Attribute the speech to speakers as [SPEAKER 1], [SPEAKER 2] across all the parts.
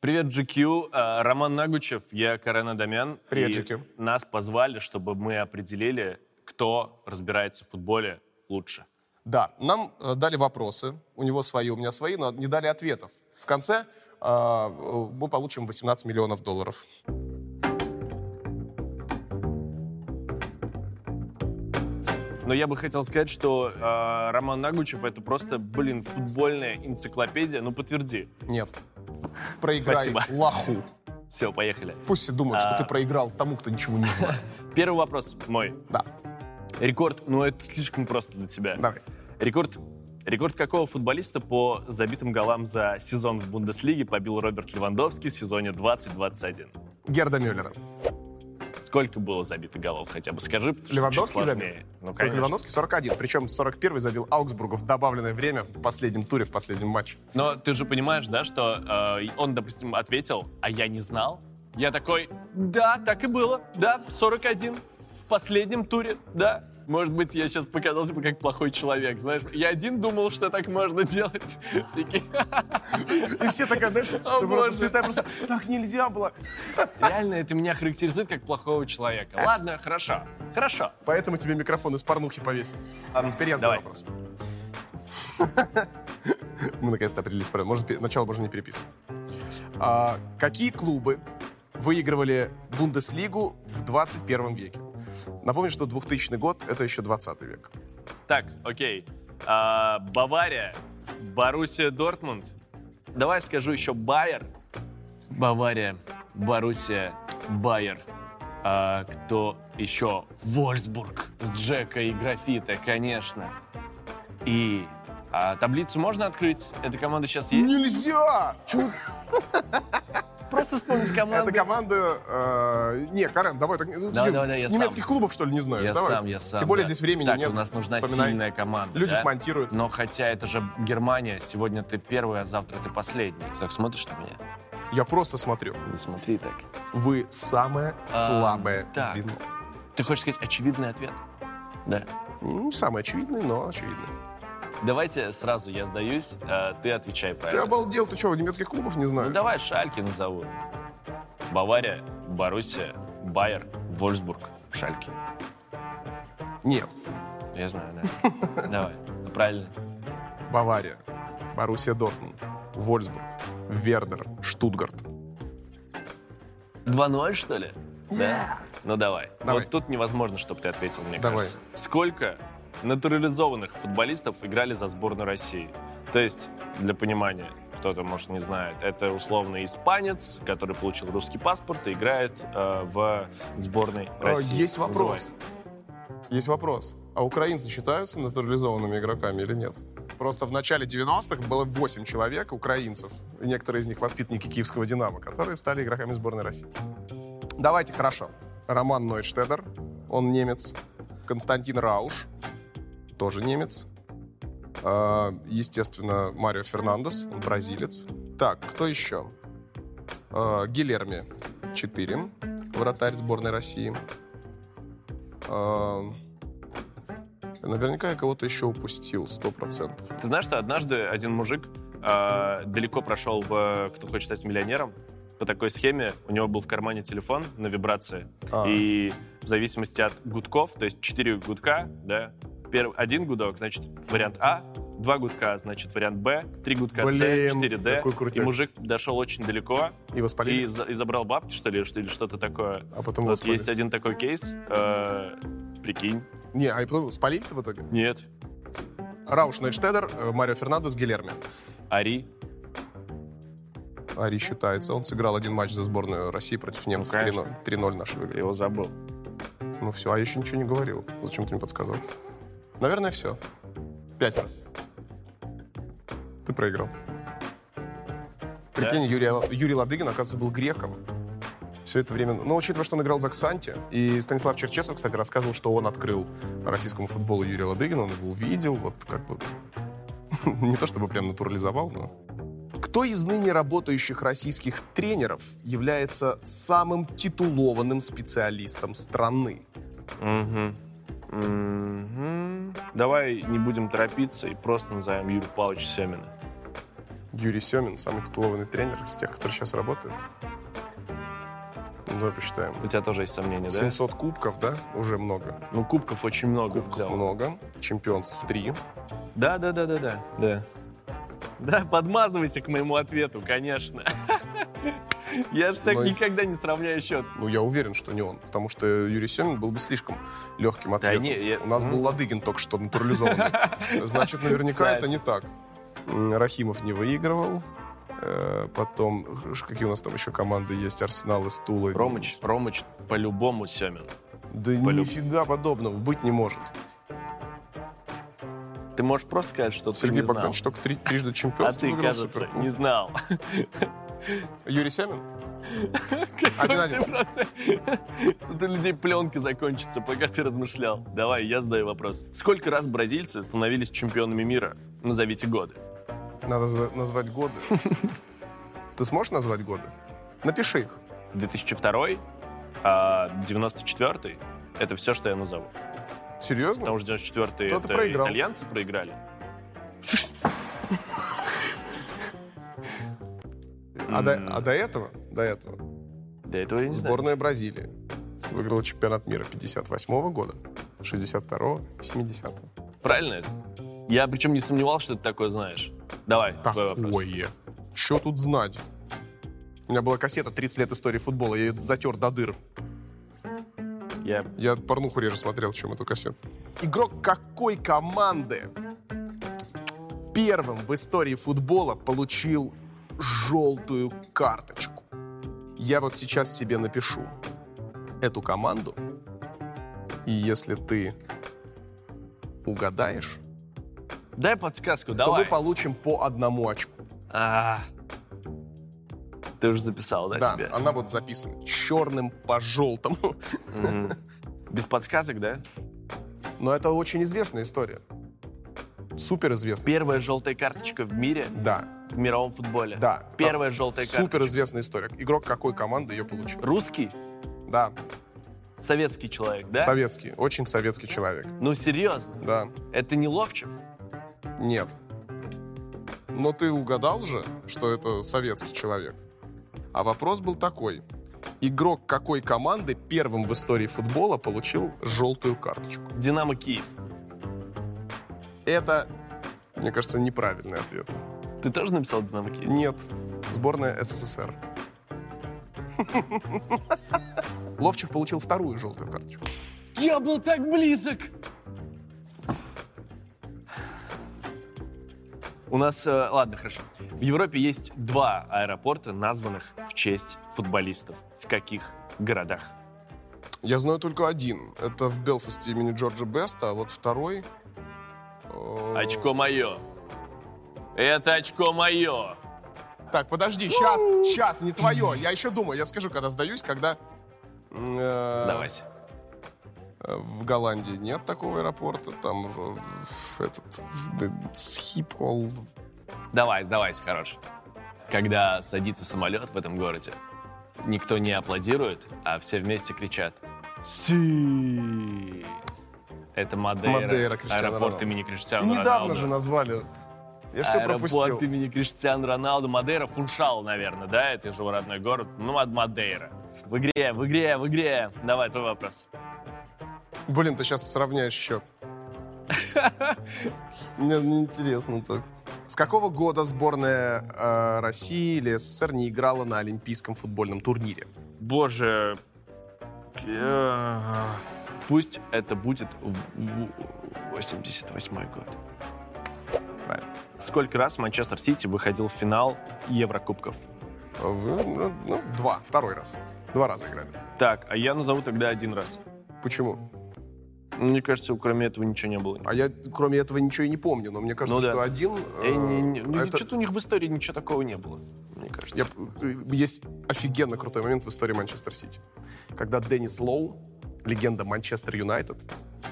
[SPEAKER 1] Привет, GQ. Э, Роман Нагучев, я Карен Адамян.
[SPEAKER 2] Привет,
[SPEAKER 1] И
[SPEAKER 2] GQ.
[SPEAKER 1] Нас позвали, чтобы мы определили, кто разбирается в футболе лучше.
[SPEAKER 2] Да, нам э, дали вопросы, у него свои, у меня свои, но не дали ответов. В конце э, э, мы получим 18 миллионов долларов.
[SPEAKER 1] Но я бы хотел сказать, что э, Роман Нагучев это просто, блин, футбольная энциклопедия. Ну подтверди.
[SPEAKER 2] Нет. Проиграй
[SPEAKER 1] Спасибо.
[SPEAKER 2] лоху.
[SPEAKER 1] Все, поехали.
[SPEAKER 2] Пусть все думают,
[SPEAKER 1] А.
[SPEAKER 2] что ты проиграл тому, кто ничего не знает.
[SPEAKER 1] Первый вопрос мой.
[SPEAKER 2] Да,
[SPEAKER 1] Рекорд, ну это слишком просто для тебя.
[SPEAKER 2] давай.
[SPEAKER 1] Рекорд, рекорд какого футболиста по забитым голам за сезон в Бундеслиге побил Роберт Левандовский в сезоне 2021?
[SPEAKER 2] Герда Мюллера.
[SPEAKER 1] Сколько было забито голов, хотя бы скажи, потому что
[SPEAKER 2] Левандовский
[SPEAKER 1] чуть
[SPEAKER 2] забил?
[SPEAKER 1] сложнее. Ну,
[SPEAKER 2] Сколько
[SPEAKER 1] конечно.
[SPEAKER 2] Левандовский? 41. Причем 41 забил Аугсбургу в добавленное время в последнем туре, в последнем матче.
[SPEAKER 1] Но ты же понимаешь, да, что э, он, допустим, ответил, а я не знал. Я такой, да, так и было, да, 41 в последнем туре, да. Может быть, я сейчас показался бы как плохой человек, знаешь. Я один думал, что так можно делать. Прикинь.
[SPEAKER 2] И все такая, знаешь,
[SPEAKER 1] просто боже. святая,
[SPEAKER 2] просто так нельзя было.
[SPEAKER 1] Реально, это меня характеризует как плохого человека. Ладно, хорошо, хорошо.
[SPEAKER 2] Поэтому тебе микрофон из порнухи повесил.
[SPEAKER 1] А,
[SPEAKER 2] Теперь я
[SPEAKER 1] давай.
[SPEAKER 2] задам вопрос. Мы наконец-то определились. с правилом. Может, пе- начало можно не переписывать. А, Какие клубы выигрывали Бундеслигу в 21 веке? Напомню, что 2000 год — это еще 20 век.
[SPEAKER 1] Так, окей. А, Бавария, Боруссия, Дортмунд. Давай скажу еще Байер. Бавария, Боруссия, Байер. А, кто еще? Вольсбург с Джека и Графита, конечно. И а, таблицу можно открыть? Эта команда сейчас есть?
[SPEAKER 2] Нельзя!
[SPEAKER 1] Просто вспомнить команду.
[SPEAKER 2] Это команда... э, Не, Карен, давай так... ну,
[SPEAKER 1] Давай,
[SPEAKER 2] ты
[SPEAKER 1] давай, давай, я сам.
[SPEAKER 2] Немецких клубов, что ли, не знаешь?
[SPEAKER 1] Я
[SPEAKER 2] Давай.
[SPEAKER 1] сам, я сам.
[SPEAKER 2] Тем более
[SPEAKER 1] да.
[SPEAKER 2] здесь времени
[SPEAKER 1] так,
[SPEAKER 2] нет.
[SPEAKER 1] у нас нужна
[SPEAKER 2] Вспоминай.
[SPEAKER 1] сильная команда.
[SPEAKER 2] Люди
[SPEAKER 1] да? Ну.
[SPEAKER 2] смонтируют.
[SPEAKER 1] Но хотя это же Германия, сегодня ты первый, а завтра ты последний. Так смотришь на меня?
[SPEAKER 2] Я просто смотрю.
[SPEAKER 1] Не смотри так.
[SPEAKER 2] Вы самое слабое
[SPEAKER 1] так.
[SPEAKER 2] звено.
[SPEAKER 1] Ты хочешь сказать очевидный ответ? Да.
[SPEAKER 2] Ну, самый очевидный, но очевидный.
[SPEAKER 1] Давайте сразу я сдаюсь, а ты отвечай
[SPEAKER 2] Ты
[SPEAKER 1] правильно.
[SPEAKER 2] обалдел, ты что, немецких клубов не
[SPEAKER 1] Ну
[SPEAKER 2] знаешь?
[SPEAKER 1] давай Шальки назову. Бавария, Боруссия, Байер, Вольсбург, Шальки.
[SPEAKER 2] Нет,
[SPEAKER 1] Я знаю, да. Давай. Ну, Правильно.
[SPEAKER 2] Бавария, Боруссия Дортмунд, Вольсбург, Вердер, Штутгарт.
[SPEAKER 1] 2-0, что ли? Да. Ну давай.
[SPEAKER 2] Давай.
[SPEAKER 1] Вот тут невозможно, чтобы ты ответил, мне
[SPEAKER 2] Давай.
[SPEAKER 1] кажется. Сколько натурализованных футболистов играли за сборную России? То есть, для понимания, кто-то, может, не знает, это условно испанец, который получил русский паспорт и играет э, в сборной
[SPEAKER 2] Э,
[SPEAKER 1] России.
[SPEAKER 2] Есть вопрос. Есть вопрос. А украинцы считаются натурализованными игроками или нет? Просто в начале 90-х было 8 человек, украинцев. И Некоторые из них воспитанники киевского «Динамо», которые стали игроками сборной России. Давайте, хорошо. Роман Нойштедер, он немец. Константин Рауш, тоже немец. Э, Естественно, Марио Фернандес, он бразилец. Так, кто еще? Э, Гилерми, 4, вратарь сборной России. Э, Наверняка я кого-то еще упустил, 100%.
[SPEAKER 1] Ты знаешь, что однажды один мужик э, далеко прошел в «Кто хочет стать миллионером» по такой схеме. У него был в кармане телефон на вибрации.
[SPEAKER 2] А,
[SPEAKER 1] И в зависимости от гудков, то есть 4 гудка, да, перв- один гудок, значит, вариант А, два гудка, значит, вариант Б, три гудка С,
[SPEAKER 2] Блин,
[SPEAKER 1] 4 Д.
[SPEAKER 2] какой крутяк.
[SPEAKER 1] И мужик дошел очень далеко
[SPEAKER 2] И воспалили,
[SPEAKER 1] и, за- и забрал бабки, что ли, что- или что-то такое.
[SPEAKER 2] а потом
[SPEAKER 1] вот
[SPEAKER 2] воспалили.
[SPEAKER 1] есть один такой кейс, э, прикинь,
[SPEAKER 2] Не, а потом спалили-то в итоге?
[SPEAKER 1] нет,
[SPEAKER 2] Рауш Нойштедер, э, Марио Фернандес, Гилерми.
[SPEAKER 1] Ари,
[SPEAKER 2] Ари считается. Он сыграл один матч за сборную России против немцев.
[SPEAKER 1] Ну,
[SPEAKER 2] 3-0,
[SPEAKER 1] конечно.
[SPEAKER 2] 3-0 наши выиграли.
[SPEAKER 1] ты его забыл.
[SPEAKER 2] Ну все, а я еще ничего не говорил. Зачем ты мне подсказал? Наверное, все. Пятеро. Ты проиграл. Прикинь, Юрий, Л- Юрий Ладыгин, оказывается, был греком. Все это время... Но учитывая, что он играл за Ксанти, и Станислав Черчесов, кстати, рассказывал, что он открыл российскому футболу Юрия Ладыгина, он его увидел, вот как бы... Не то чтобы прям натурализовал, но... Кто из ныне работающих российских тренеров является самым титулованным специалистом страны?
[SPEAKER 1] Мгм. Мгм. Давай не будем торопиться и просто назовем Юрия Павловича Семина.
[SPEAKER 2] Юрий Семин, самый титулованный тренер из тех, которые сейчас работают. Ну, давай посчитаем.
[SPEAKER 1] У тебя тоже есть сомнения, да?
[SPEAKER 2] 700 кубков, да? Уже много.
[SPEAKER 1] Ну, кубков очень много
[SPEAKER 2] Кубков
[SPEAKER 1] взял.
[SPEAKER 2] много. Чемпионств 3.
[SPEAKER 1] Да, да, да, да, да, да. Да, подмазывайся к моему ответу, конечно. Я ж так
[SPEAKER 2] Ну и-
[SPEAKER 1] никогда не сравняю счет.
[SPEAKER 2] Ну, я уверен, что не он, потому что Юрий Семин был бы слишком легким
[SPEAKER 1] Да
[SPEAKER 2] ответом.
[SPEAKER 1] не, я-
[SPEAKER 2] У нас
[SPEAKER 1] м.
[SPEAKER 2] был Ладыгин только что натурализованный. Значит, наверняка это не так. М, Рахимов не выигрывал. Э, Потом, ш- какие у нас там еще команды есть? Арсенал из Тулы.
[SPEAKER 1] Ромыч, Ромыч по-любому Семин.
[SPEAKER 2] Да
[SPEAKER 1] Полю-
[SPEAKER 2] нифига подобного быть не может.
[SPEAKER 1] Ты можешь просто сказать, что ты
[SPEAKER 2] Сергей
[SPEAKER 1] не знал.
[SPEAKER 2] Богданович только три- трижды
[SPEAKER 1] А
[SPEAKER 2] чемпионство
[SPEAKER 1] ты,
[SPEAKER 2] выиграл
[SPEAKER 1] кажется,
[SPEAKER 2] Суперкубок.
[SPEAKER 1] не знал.
[SPEAKER 2] Юрий Семин?
[SPEAKER 1] Ты
[SPEAKER 2] Один-один.
[SPEAKER 1] просто... Тут у людей пленка закончится, пока ты размышлял. Давай, я задаю вопрос. Сколько раз бразильцы становились чемпионами мира? Назовите годы.
[SPEAKER 2] Надо за- назвать годы. Ты сможешь назвать годы? Напиши их.
[SPEAKER 1] 2002, а 94 это все, что я назову.
[SPEAKER 2] Серьезно?
[SPEAKER 1] Потому что 94
[SPEAKER 2] Кто-то
[SPEAKER 1] это
[SPEAKER 2] проиграл.
[SPEAKER 1] итальянцы проиграли.
[SPEAKER 2] А до,
[SPEAKER 1] М.
[SPEAKER 2] а до этого? До этого.
[SPEAKER 1] До этого я не знаю.
[SPEAKER 2] Сборная Бразилии выиграла чемпионат мира 58 года, 62 и 70
[SPEAKER 1] Правильно это? Я причем не сомневал, что ты такое знаешь. Давай, твой вопрос.
[SPEAKER 2] Такое. Что тут знать? У меня была кассета «30 лет истории футбола», я ее затер до дыр.
[SPEAKER 1] Я
[SPEAKER 2] Я порнуху реже смотрел, чем эту кассету. Игрок какой команды первым в истории футбола получил желтую карточку? Я вот сейчас себе напишу эту команду, и если ты угадаешь,
[SPEAKER 1] Дай подсказку,
[SPEAKER 2] то
[SPEAKER 1] давай.
[SPEAKER 2] мы получим по одному очку.
[SPEAKER 1] А. Ты уже записал, да,
[SPEAKER 2] да,
[SPEAKER 1] себе?
[SPEAKER 2] она вот записана черным по желтому.
[SPEAKER 1] Мгм. Без подсказок, да?
[SPEAKER 2] Но это очень известная история. Суперизвестная.
[SPEAKER 1] Первая желтая карточка в мире,
[SPEAKER 2] Да,
[SPEAKER 1] в мировом футболе.
[SPEAKER 2] да.
[SPEAKER 1] Первая желтая карточка.
[SPEAKER 2] Супер известная история. Игрок какой команды ее получил?
[SPEAKER 1] Русский?
[SPEAKER 2] Да,
[SPEAKER 1] Советский человек, да?
[SPEAKER 2] советский, очень советский человек.
[SPEAKER 1] Ну, серьезно.
[SPEAKER 2] Да,
[SPEAKER 1] Это не Ловчев?
[SPEAKER 2] нет. Но ты угадал же, что это советский человек. А вопрос был такой. Игрок какой команды первым в истории футбола получил желтую карточку?
[SPEAKER 1] Динамо Киев.
[SPEAKER 2] Это, мне кажется, неправильный ответ.
[SPEAKER 1] Ты тоже написал Динамо Киев?
[SPEAKER 2] Нет, сборная СССР. Ловчев получил вторую желтую карточку.
[SPEAKER 1] Я был так близок! У нас, э, ладно, хорошо. В Европе есть два аэропорта, названных в честь футболистов. В каких городах?
[SPEAKER 2] Я знаю только один. Это в Белфасте имени Джорджа Беста, а вот второй... э,
[SPEAKER 1] Очко мое. Это очко мое.
[SPEAKER 2] Так, подожди, сейчас, сейчас, не твое. Я еще думаю, я скажу, когда сдаюсь, когда... э,
[SPEAKER 1] Сдавайся.
[SPEAKER 2] э, В Голландии нет такого аэропорта, там в- в этот в Д- Схипхол.
[SPEAKER 1] Давай, сдавайся, хорош. Когда садится самолет в этом городе, никто не аплодирует, а все вместе кричат «Си!» Это Мадейра,
[SPEAKER 2] Мадейра, Криштиану
[SPEAKER 1] аэропорт
[SPEAKER 2] Роналду.
[SPEAKER 1] имени
[SPEAKER 2] И
[SPEAKER 1] Криштиану
[SPEAKER 2] недавно
[SPEAKER 1] Роналду.
[SPEAKER 2] же назвали. Я все
[SPEAKER 1] аэропорт
[SPEAKER 2] пропустил.
[SPEAKER 1] имени Криштиану Роналду. Мадейра, Фуншал, наверное, да? Это же его родной город. Ну, от Мадейра. В игре, в игре, в игре. Давай, твой вопрос.
[SPEAKER 2] Блин, ты сейчас сравняешь счет. Мне неинтересно так. С какого года сборная э, России или СССР не играла на Олимпийском футбольном турнире?
[SPEAKER 1] Боже. Э, Пусть это будет в- в 88 год.
[SPEAKER 2] Правильно.
[SPEAKER 1] Сколько раз Манчестер Сити выходил в финал Еврокубков?
[SPEAKER 2] В- ну, ну, два, второй раз. Два раза играли.
[SPEAKER 1] Так, а я назову тогда один раз.
[SPEAKER 2] Почему?
[SPEAKER 1] Мне кажется, кроме этого ничего не было.
[SPEAKER 2] А я, кроме этого, ничего и не помню, но мне кажется,
[SPEAKER 1] Ну да.
[SPEAKER 2] что один... э,
[SPEAKER 1] Э, не- не- ну,
[SPEAKER 2] это-
[SPEAKER 1] Что-то у них в истории ничего такого не было, мне кажется.
[SPEAKER 2] Я- э, есть офигенно крутой момент в истории Манчестер Сити. Когда Деннис Лоу, легенда Манчестер Юнайтед,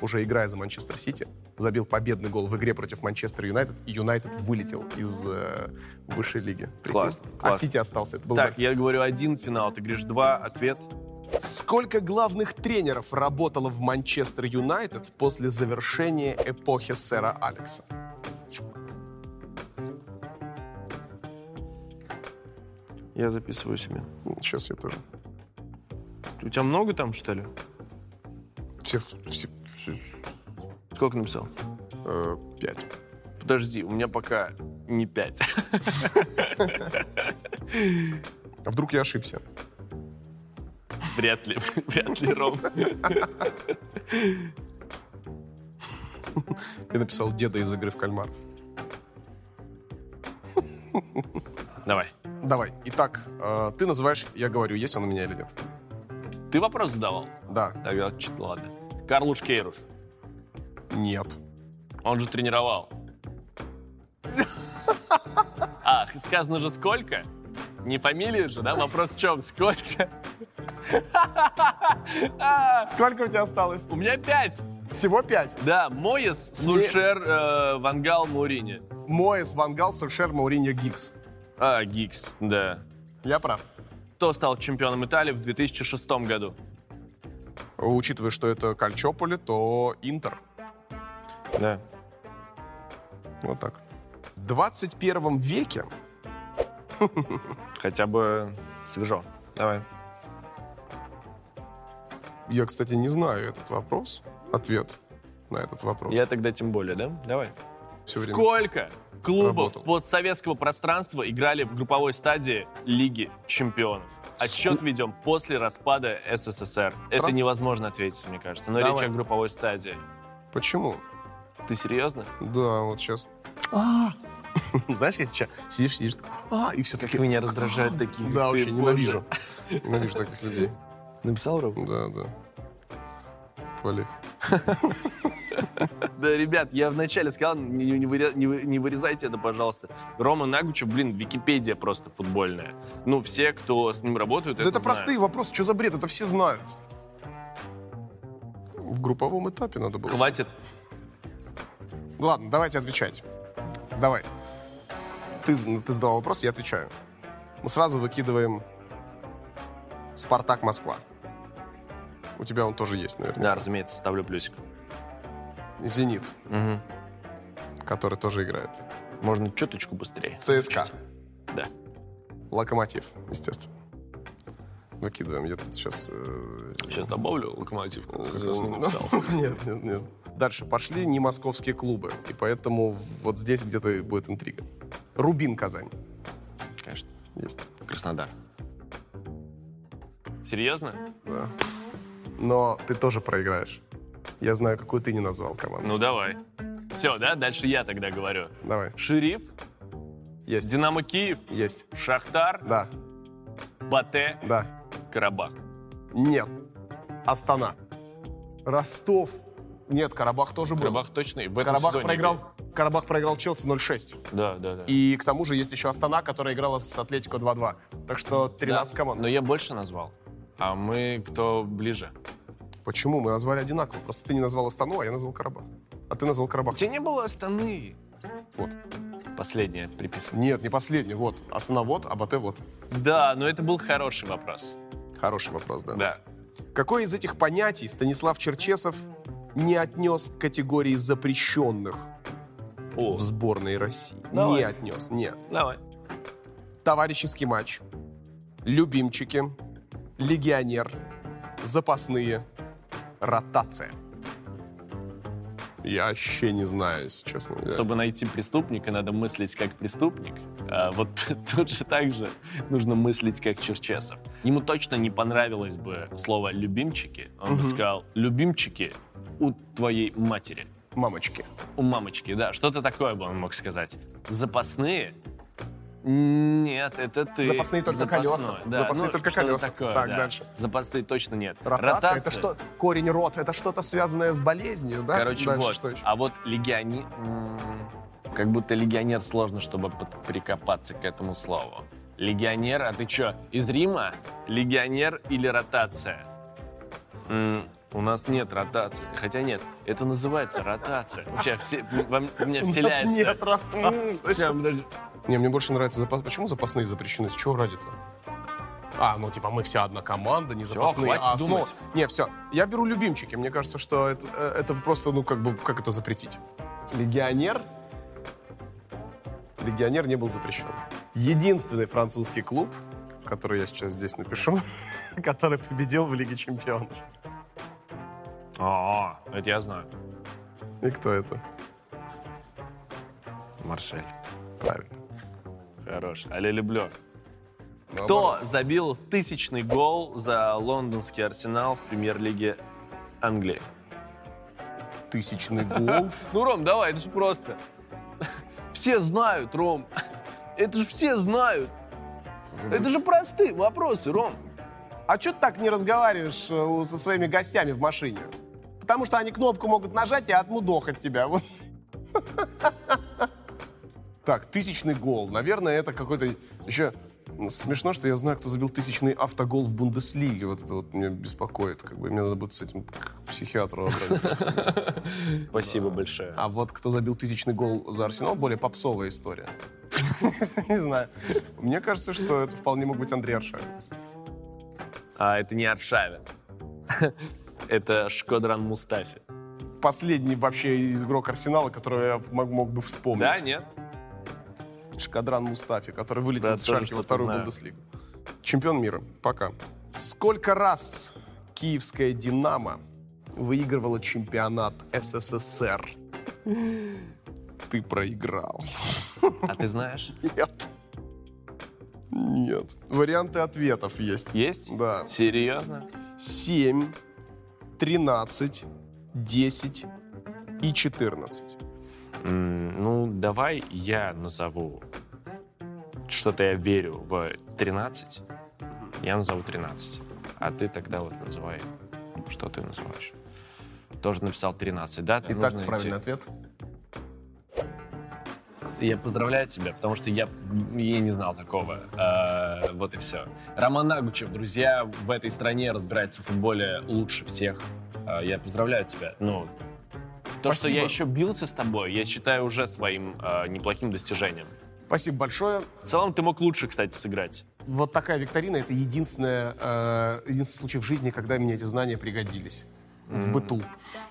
[SPEAKER 2] уже играя за Манчестер Сити, забил победный гол в игре против Манчестер Юнайтед, и Юнайтед вылетел из э, высшей лиги. Прикинь?
[SPEAKER 1] Классно,
[SPEAKER 2] А
[SPEAKER 1] классно.
[SPEAKER 2] Сити остался. Это был
[SPEAKER 1] Так, я говорю один финал, ты говоришь два, ответ.
[SPEAKER 2] бы- Сколько главных тренеров работало в Манчестер Юнайтед после завершения эпохи сэра Алекса?
[SPEAKER 1] Я записываю себе.
[SPEAKER 2] Сейчас я тоже.
[SPEAKER 1] У тебя много там, что ли?
[SPEAKER 2] Все- все-
[SPEAKER 1] Сколько написал?
[SPEAKER 2] э, Пять.
[SPEAKER 1] Подожди, у меня пока не пять.
[SPEAKER 2] А вдруг я ошибся?
[SPEAKER 1] Вряд ли, вряд ли, Ром.
[SPEAKER 2] Я написал деда из игры в кальмар.
[SPEAKER 1] Давай.
[SPEAKER 2] Давай. Итак, э, ты называешь, я говорю, есть он у меня или нет.
[SPEAKER 1] Ты вопрос задавал?
[SPEAKER 2] Да.
[SPEAKER 1] Тогда чё- ладно. Карлуш Кейруш.
[SPEAKER 2] Нет.
[SPEAKER 1] Он же тренировал. А, сказано же сколько? Не фамилия же, да? Вопрос в чем? Сколько?
[SPEAKER 2] Сколько у тебя осталось?
[SPEAKER 1] У меня пять.
[SPEAKER 2] Всего пять.
[SPEAKER 1] Да, Моис, Сульшер, э, Вангал, Мурини.
[SPEAKER 2] Моэс, Вангал, Сульшер, Мауриньо, Гикс.
[SPEAKER 1] А, Гикс, да.
[SPEAKER 2] Я прав.
[SPEAKER 1] Кто стал чемпионом Италии в 2006 году?
[SPEAKER 2] Учитывая, что это Кальчополи, то Интер.
[SPEAKER 1] Да.
[SPEAKER 2] Вот так. В 21 веке
[SPEAKER 1] Хотя бы свежо. Давай.
[SPEAKER 2] Я, кстати, не знаю этот вопрос, ответ на этот вопрос.
[SPEAKER 1] Я тогда тем более, да? Давай.
[SPEAKER 2] все время.
[SPEAKER 1] Сколько клубов
[SPEAKER 2] Работал.
[SPEAKER 1] постсоветского пространства играли в групповой стадии Лиги чемпионов? Отсчет ведем после распада СССР. Это
[SPEAKER 2] Раз.
[SPEAKER 1] невозможно ответить, мне кажется. Но
[SPEAKER 2] Давай.
[SPEAKER 1] речь о групповой стадии.
[SPEAKER 2] Почему?
[SPEAKER 1] Ты серьезно?
[SPEAKER 2] Да, вот сейчас. А! Знаешь, если сейчас сидишь, сидишь, такой, а, и все
[SPEAKER 1] Как
[SPEAKER 2] таки
[SPEAKER 1] меня раздражают такие. как
[SPEAKER 2] Да,
[SPEAKER 1] ты,
[SPEAKER 2] вообще
[SPEAKER 1] боже.
[SPEAKER 2] ненавижу. Ненавижу таких людей.
[SPEAKER 1] Написал, Ром?
[SPEAKER 2] Да, да. Отвали.
[SPEAKER 1] Да, ребят, я вначале сказал, не, не выря- не вы- не вырезайте это, пожалуйста. Рома Нагучев, блин, Википедия просто футбольная. Ну, все, кто с ним работают,
[SPEAKER 2] Да
[SPEAKER 1] это
[SPEAKER 2] это
[SPEAKER 1] знают.
[SPEAKER 2] простые вопросы, что за бред, это все знают. В групповом этапе надо было.
[SPEAKER 1] Хватит.
[SPEAKER 2] Ладно, давайте отвечать. Давай. Ты, ну, ты задавал вопрос, я отвечаю. Мы сразу выкидываем Спартак Москва. У тебя он тоже есть, наверное.
[SPEAKER 1] Да, разумеется, ставлю плюсик.
[SPEAKER 2] Зенит,
[SPEAKER 1] Мгм.
[SPEAKER 2] который тоже играет.
[SPEAKER 1] Можно чуточку быстрее.
[SPEAKER 2] ЦСКА.
[SPEAKER 1] Да.
[SPEAKER 2] Локомотив, естественно. Выкидываем. Я тут э, сейчас...
[SPEAKER 1] Сейчас добавлю локомотив. как раз не написал.
[SPEAKER 2] Ну, Нет, нет, нет. Дальше пошли не московские клубы. И поэтому вот здесь где-то и будет интрига. Рубин Казань.
[SPEAKER 1] Конечно.
[SPEAKER 2] Есть.
[SPEAKER 1] Краснодар. Серьезно?
[SPEAKER 2] Да. Но ты тоже проиграешь. Я знаю, какую ты не назвал команду.
[SPEAKER 1] Ну давай. Все, да? Дальше я тогда говорю.
[SPEAKER 2] Давай.
[SPEAKER 1] Шериф,
[SPEAKER 2] Есть.
[SPEAKER 1] Динамо Киев,
[SPEAKER 2] Есть.
[SPEAKER 1] Шахтар,
[SPEAKER 2] Да.
[SPEAKER 1] Батэ,
[SPEAKER 2] Да.
[SPEAKER 1] Карабах.
[SPEAKER 2] Нет. Астана. Ростов. Нет, Карабах тоже был.
[SPEAKER 1] Карабах точно и в этом
[SPEAKER 2] Карабах
[SPEAKER 1] сезоне
[SPEAKER 2] проиграл,
[SPEAKER 1] был.
[SPEAKER 2] Карабах проиграл Челси 0-6.
[SPEAKER 1] Да, да, да.
[SPEAKER 2] И к тому же есть еще Астана, которая играла с Атлетико 2-2. Так что 13
[SPEAKER 1] Да,
[SPEAKER 2] команд.
[SPEAKER 1] Но я больше назвал. А мы кто ближе?
[SPEAKER 2] Почему? Мы назвали одинаково. Просто ты не назвал Астану, а я назвал Карабах. А ты назвал
[SPEAKER 1] У
[SPEAKER 2] Карабах.
[SPEAKER 1] тебя не было Астаны.
[SPEAKER 2] Вот.
[SPEAKER 1] Последнее приписано.
[SPEAKER 2] Нет, не последний. Вот. Астана вот, а Батэ вот.
[SPEAKER 1] Да, но это был хороший вопрос.
[SPEAKER 2] Хороший вопрос, да.
[SPEAKER 1] Да.
[SPEAKER 2] Какое из этих понятий Станислав Черчесов не отнес к категории запрещенных
[SPEAKER 1] О,
[SPEAKER 2] в сборной России?
[SPEAKER 1] Давай.
[SPEAKER 2] Не отнес, нет.
[SPEAKER 1] давай.
[SPEAKER 2] Товарищеский матч, любимчики, легионер, запасные, ротация. Я вообще не знаю, если честно. говоря.
[SPEAKER 1] Чтобы найти преступника, надо мыслить как преступник. А вот тут же также нужно мыслить как Черчесов. Ему точно не понравилось бы слово «любимчики». Он бы
[SPEAKER 2] Мгм.
[SPEAKER 1] сказал «любимчики у твоей матери».
[SPEAKER 2] Мамочки.
[SPEAKER 1] У мамочки, да. Что-то такое бы он мог сказать. Запасные? Нет, это ты. ну,
[SPEAKER 2] Запасные только колеса. Запасные только
[SPEAKER 1] что-то
[SPEAKER 2] колеса.
[SPEAKER 1] такое,
[SPEAKER 2] Так,
[SPEAKER 1] да.
[SPEAKER 2] дальше.
[SPEAKER 1] Запасные точно нет.
[SPEAKER 2] Ротация, это что? Корень рот, это что-то связанное с болезнью, да?
[SPEAKER 1] Короче,
[SPEAKER 2] Дальше
[SPEAKER 1] вот.
[SPEAKER 2] что еще?
[SPEAKER 1] А вот легионер... Как будто легионер сложно, чтобы под- прикопаться к этому слову. Легионер, а ты чё, из Рима? Легионер или ротация? М, у нас нет ротации. Хотя нет, это называется ротация. Вообще, все, во м- мне
[SPEAKER 2] У нас
[SPEAKER 1] вселяется.
[SPEAKER 2] нет
[SPEAKER 1] М,
[SPEAKER 2] ротации.
[SPEAKER 1] ща, подожди.
[SPEAKER 2] Не, мне больше нравится запас. Почему запасные запрещены? С чего ради-то? А, ну типа мы вся одна команда, не запасные,
[SPEAKER 1] хватит
[SPEAKER 2] а основа.
[SPEAKER 1] думать.
[SPEAKER 2] Не, все. Я беру любимчики. Мне кажется, что это, э, это просто, ну как бы, как это запретить? Легионер? Легионер не был запрещен. Единственный французский клуб, который я сейчас здесь напишу, который победил в Лиге Чемпионов.
[SPEAKER 1] О, А, это я знаю.
[SPEAKER 2] И кто это?
[SPEAKER 1] Марсель.
[SPEAKER 2] Правильно.
[SPEAKER 1] Хорош. Але люблю.
[SPEAKER 2] Наоборот.
[SPEAKER 1] Кто забил тысячный гол за лондонский арсенал в премьер-лиге Англии?
[SPEAKER 2] Тысячный гол.
[SPEAKER 1] Ну, Ром, давай, это же просто. Все знают, Ром. Это же все знают. Это же простые вопросы, Ром.
[SPEAKER 2] А что ты так не разговариваешь э, у- со своими гостями в машине? Потому что они кнопку могут нажать и отмудохать тебя. Вот. Так, тысячный гол. Наверное, это какой-то... Еще смешно, что я знаю, кто забил тысячный автогол в Бундеслиге. Вот это вот меня беспокоит. Как бы мне надо будет с этим к психиатру обратиться.
[SPEAKER 1] Спасибо большое.
[SPEAKER 2] А вот кто забил тысячный гол за Арсенал, более попсовая история. Не знаю. Мне кажется, что это вполне мог быть Андрей Аршавин.
[SPEAKER 1] А это не Аршавин. Это Шкодран Мустафи.
[SPEAKER 2] последний вообще игрок Арсенала, которого я мог, мог бы вспомнить.
[SPEAKER 1] Да, нет?
[SPEAKER 2] Шкадран Мустафи, который вылетел
[SPEAKER 1] Да,
[SPEAKER 2] с
[SPEAKER 1] тоже
[SPEAKER 2] Шальки
[SPEAKER 1] что-то
[SPEAKER 2] во вторую
[SPEAKER 1] знаю.
[SPEAKER 2] Бундеслигу. Чемпион мира. Пока. Сколько раз киевская «Динамо» выигрывала чемпионат СССР? Ты проиграл.
[SPEAKER 1] А ты знаешь?
[SPEAKER 2] Нет. Нет. Варианты ответов есть.
[SPEAKER 1] Есть?
[SPEAKER 2] Да.
[SPEAKER 1] Серьезно?
[SPEAKER 2] 7, 13, 10 и 14.
[SPEAKER 1] М, Ну, давай я назову. Что-то я верю в 13. Я назову 13. А ты тогда вот называй, что ты называешь. Тоже написал 13, да? Там
[SPEAKER 2] Итак,
[SPEAKER 1] нужно
[SPEAKER 2] правильный
[SPEAKER 1] идти.
[SPEAKER 2] ответ.
[SPEAKER 1] Я поздравляю тебя, потому что я, я не знал такого. Э, вот и все. Роман Нагучев, друзья, в этой стране разбирается в футболе лучше всех. Э, я поздравляю тебя. Ну, то, что
[SPEAKER 2] Спасибо.
[SPEAKER 1] я еще бился с тобой, я считаю уже своим э, неплохим достижением.
[SPEAKER 2] Спасибо большое.
[SPEAKER 1] В целом ты мог лучше, кстати, сыграть.
[SPEAKER 2] Вот такая викторина это единственная, э, единственный случай в жизни, когда мне эти знания пригодились. В быту.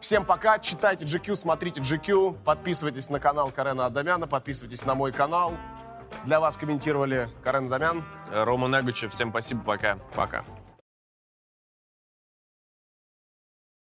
[SPEAKER 2] Всем пока. Читайте GQ, смотрите GQ. Подписывайтесь на канал Карена Адамяна. Подписывайтесь на мой канал. Для вас комментировали Карен Адамян.
[SPEAKER 1] Рома Нагучев, всем спасибо, пока.
[SPEAKER 2] Пока.